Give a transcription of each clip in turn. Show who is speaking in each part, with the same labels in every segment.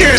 Speaker 1: your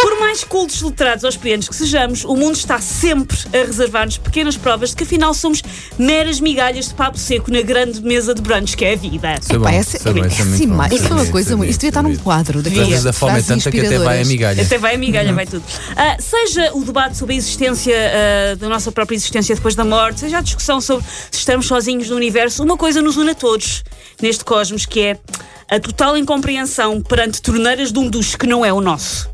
Speaker 2: Por mais cultos, letrados ou experientes que sejamos, o mundo está sempre a reservar-nos pequenas provas de que afinal somos meras migalhas de papo seco na grande mesa de brunch que é a vida.
Speaker 3: Epá, essa,
Speaker 4: Isso é bom, isso é muito
Speaker 3: sim,
Speaker 4: bom,
Speaker 3: mas isso é uma
Speaker 4: sabia,
Speaker 3: coisa.
Speaker 4: sabia,
Speaker 3: muito. isto devia estar num
Speaker 4: sabia.
Speaker 3: quadro
Speaker 4: Às
Speaker 3: daquelas
Speaker 4: vezes a fome é
Speaker 3: frases
Speaker 4: tanta que até vai a
Speaker 3: inspiradoras.
Speaker 4: migalha.
Speaker 2: Até vai a migalha, vai tudo. Ah, seja o debate sobre a existência ah, da nossa própria existência depois da morte, seja a discussão sobre se estamos sozinhos no universo, uma coisa nos une a todos neste cosmos, que é a total incompreensão perante torneiras de um duche que não é o nosso.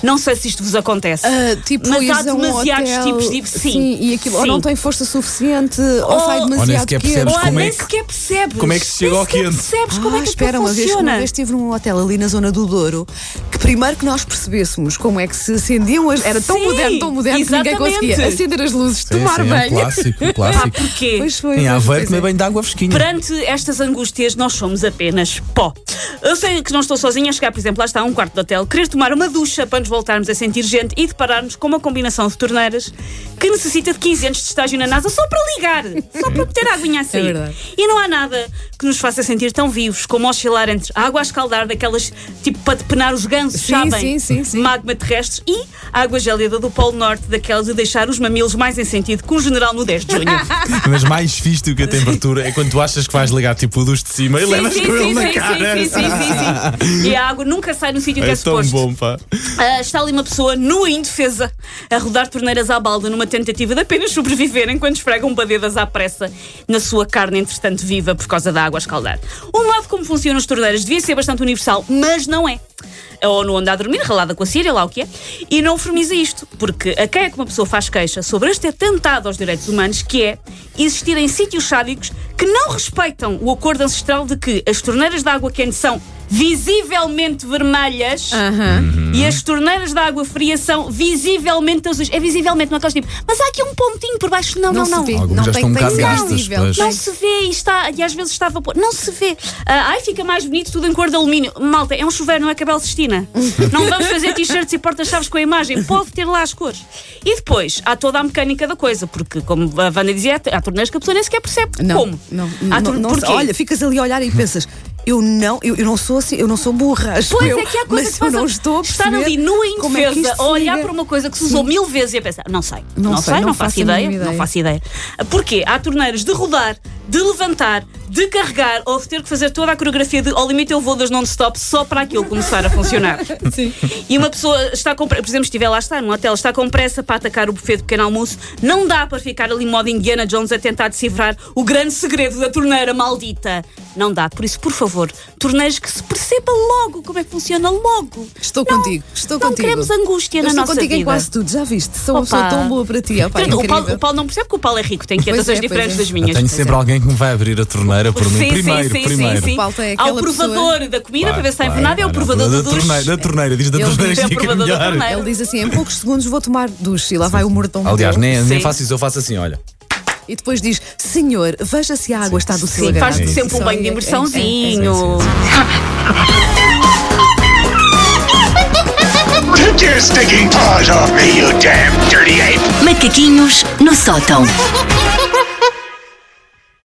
Speaker 2: Não sei se isto vos acontece.
Speaker 3: Ah, tipo,
Speaker 2: mas há
Speaker 3: ires a um
Speaker 2: demasiados
Speaker 3: hotel,
Speaker 2: tipos de. Sim,
Speaker 3: e aquilo ou
Speaker 2: sim.
Speaker 3: não tem força suficiente, ou,
Speaker 2: Ou-
Speaker 3: sai
Speaker 2: Ou
Speaker 3: demasiado
Speaker 4: sequer
Speaker 3: quente.
Speaker 4: percebes
Speaker 2: Ou
Speaker 4: como é
Speaker 2: nem
Speaker 4: que-
Speaker 2: sequer percebes.
Speaker 4: como é que se chega
Speaker 2: Nem
Speaker 4: ao
Speaker 2: sequer
Speaker 4: quente?
Speaker 2: percebes como
Speaker 3: Ah,
Speaker 2: é que aquilo
Speaker 3: espera, uma vez,
Speaker 2: funciona.
Speaker 3: uma vez estive num hotel ali na zona do Douro que primeiro que nós percebêssemos como é que se acendiam as. Era tão
Speaker 2: Sim,
Speaker 3: moderno, tão moderno que
Speaker 2: exatamente.
Speaker 3: ninguém conseguia acender as luzes,
Speaker 4: Sim,
Speaker 3: tomar
Speaker 4: sim, é um
Speaker 3: banho.
Speaker 4: clássico, um
Speaker 2: Pá,
Speaker 4: clássico.
Speaker 2: porquê?
Speaker 3: Pois foi.
Speaker 4: Em
Speaker 3: pois
Speaker 4: Aveiro
Speaker 3: foi,
Speaker 4: também
Speaker 3: pois é.
Speaker 4: bem de água fresquinha.
Speaker 2: Perante estas angústias, nós somos apenas pó. Eu sei que não estou sozinha a chegar, por exemplo, lá está a um quarto de hotel, querer tomar uma ducha para nos voltarmos a sentir gente e depararmos com uma combinação de torneiras que necessita de 15 anos de estágio na NASA só para ligar, só para meter a aguinha a sair.
Speaker 3: É verdade.
Speaker 2: E não há nada que nos faça sentir tão vivos como oscilar entre a água a escaldar, daquelas tipo para depenar os gansos,
Speaker 3: Sim,
Speaker 2: sabem?
Speaker 3: sim, sim, sim.
Speaker 2: Magma terrestre e a água gélida do Polo Norte, daquelas de deixar os mamilos mais em sentido que um general no 10 de junho.
Speaker 4: Mas mais fixe do que a temperatura é quando tu achas que vais ligar tipo o dos de cima e
Speaker 2: Sim,
Speaker 4: levas
Speaker 2: sim,
Speaker 4: com ele
Speaker 2: sim,
Speaker 4: na
Speaker 2: sim,
Speaker 4: cara.
Speaker 2: sim, sim, sim, sim, sim. E a água nunca sai no sítio que
Speaker 4: É
Speaker 2: é
Speaker 4: tão
Speaker 2: suposto.
Speaker 4: bom, pá.
Speaker 2: Ah, está ali uma pessoa nua e indefesa a rodar torneiras à balda numa tentativa de apenas sobreviver enquanto esfregam badedas à pressa na sua carne, entretanto viva por causa da água a escaldar. Um lado como funcionam as torneiras devia ser bastante universal, mas não é. A ONU anda a dormir, ralada com a Síria, lá o que é, e não formiza isto, porque a quem é que uma pessoa faz queixa sobre este atentado aos direitos humanos, que é existir em sítios sádicos que não respeitam o acordo ancestral de que as torneiras de água quente são visivelmente vermelhas e as torneiras de água fria são visivelmente azuis. É visivelmente, não é aqueles tipo, mas há aqui um pontinho por baixo. Não, não,
Speaker 3: se
Speaker 2: não.
Speaker 3: vê,
Speaker 4: Alguns
Speaker 3: não
Speaker 4: já
Speaker 3: tem
Speaker 4: estão um bocado
Speaker 3: tem que ser
Speaker 4: gastas,
Speaker 3: visível.
Speaker 4: pois.
Speaker 2: Não se vê e, está, e às vezes está a vapor. Não se vê. Ah, ai, fica mais bonito tudo em cor de alumínio. Malta, é um chuveiro, não é cabelo Cestina. não vamos fazer t-shirts e porta-chaves com a imagem. Pode ter lá as cores. E depois, há toda a mecânica da coisa, porque, como a Wanda dizia, há torneiras que a pessoa nem sequer percebe.
Speaker 3: Não,
Speaker 2: como?
Speaker 3: Não,
Speaker 2: há
Speaker 3: não,
Speaker 2: torne-
Speaker 3: não,
Speaker 2: porquê?
Speaker 3: olha, ficas ali a olhar e pensas, eu não, eu, eu não sou assim, eu não sou burra. acho
Speaker 2: Pois
Speaker 3: eu,
Speaker 2: é que há coisa
Speaker 3: mas
Speaker 2: que
Speaker 3: eu
Speaker 2: faz
Speaker 3: não
Speaker 2: a-
Speaker 3: estou a
Speaker 2: estar
Speaker 3: perceber
Speaker 2: ali nua e
Speaker 3: como é que
Speaker 2: indefesa
Speaker 3: isto
Speaker 2: a
Speaker 3: se
Speaker 2: olhar
Speaker 3: liga.
Speaker 2: para uma coisa que se usou mil vezes e a pensar, não sei, não, sei, não, faço
Speaker 3: a
Speaker 2: ideia,
Speaker 3: mínima
Speaker 2: não
Speaker 3: ideia.
Speaker 2: faço ideia. Porque há torneiras de rodar, de levantar, de carregar ou de ter que fazer toda a coreografia de ao limite eu vou das non-stop só para aquilo começar a funcionar. Sim. E uma pessoa está com pressa, por exemplo, estiver lá está, num hotel, está com pressa para atacar o buffet de pequeno almoço, não dá para ficar ali em modo Indiana Jones a tentar decifrar o grande segredo da torneira maldita. Não dá, por isso, por favor, torneiras que se perceba logo como é que funciona logo.
Speaker 3: Estou
Speaker 2: Não,
Speaker 3: contigo, estou
Speaker 2: não
Speaker 3: contigo.
Speaker 2: queremos angústia
Speaker 3: eu
Speaker 2: na
Speaker 3: estou
Speaker 2: nossa
Speaker 3: contigo em
Speaker 2: vida.
Speaker 3: quase tudo, já viste? Sou uma
Speaker 2: Opa.
Speaker 3: pessoa tão boa para ti. Opa, é
Speaker 2: o, Paulo,
Speaker 3: incrível.
Speaker 2: o Paulo não percebe que o Paulo é rico, tem inquietações
Speaker 3: Pois é, pois
Speaker 2: diferentes
Speaker 3: é.
Speaker 2: das
Speaker 4: Eu
Speaker 2: minhas.
Speaker 4: tenho sempre alguém que me vai abrir a torneira por mim.
Speaker 2: Sim,
Speaker 4: primeiro,
Speaker 2: sim, sim,
Speaker 4: primeiro.
Speaker 2: sim, sim.
Speaker 3: Paulo é
Speaker 2: Há o
Speaker 3: aquela pessoa-
Speaker 2: provador da comida para ver se está envenenado, é o
Speaker 4: Claro,
Speaker 2: provador
Speaker 4: da
Speaker 2: do duche.
Speaker 4: torneira, da torneira, diz da
Speaker 3: Ele
Speaker 4: torneira
Speaker 2: diz, é
Speaker 4: que fica
Speaker 2: provador da
Speaker 4: melhor.
Speaker 2: torneira.
Speaker 3: Ele diz assim, em poucos segundos vou tomar duche e lá vai o mordão do
Speaker 4: Aliás,
Speaker 3: dele.
Speaker 4: nem,
Speaker 2: Sim.
Speaker 4: nem faço isso, eu faço assim, olha.
Speaker 3: E depois diz, senhor, veja se a água está do seu
Speaker 2: Sim,
Speaker 3: agrado.
Speaker 2: faz-te sempre um
Speaker 3: Só
Speaker 2: banho de
Speaker 3: é- é-
Speaker 2: imersãozinho.
Speaker 1: Take your stinking paws off me, you damn dirty ape!
Speaker 5: Macaquinhos no sótão.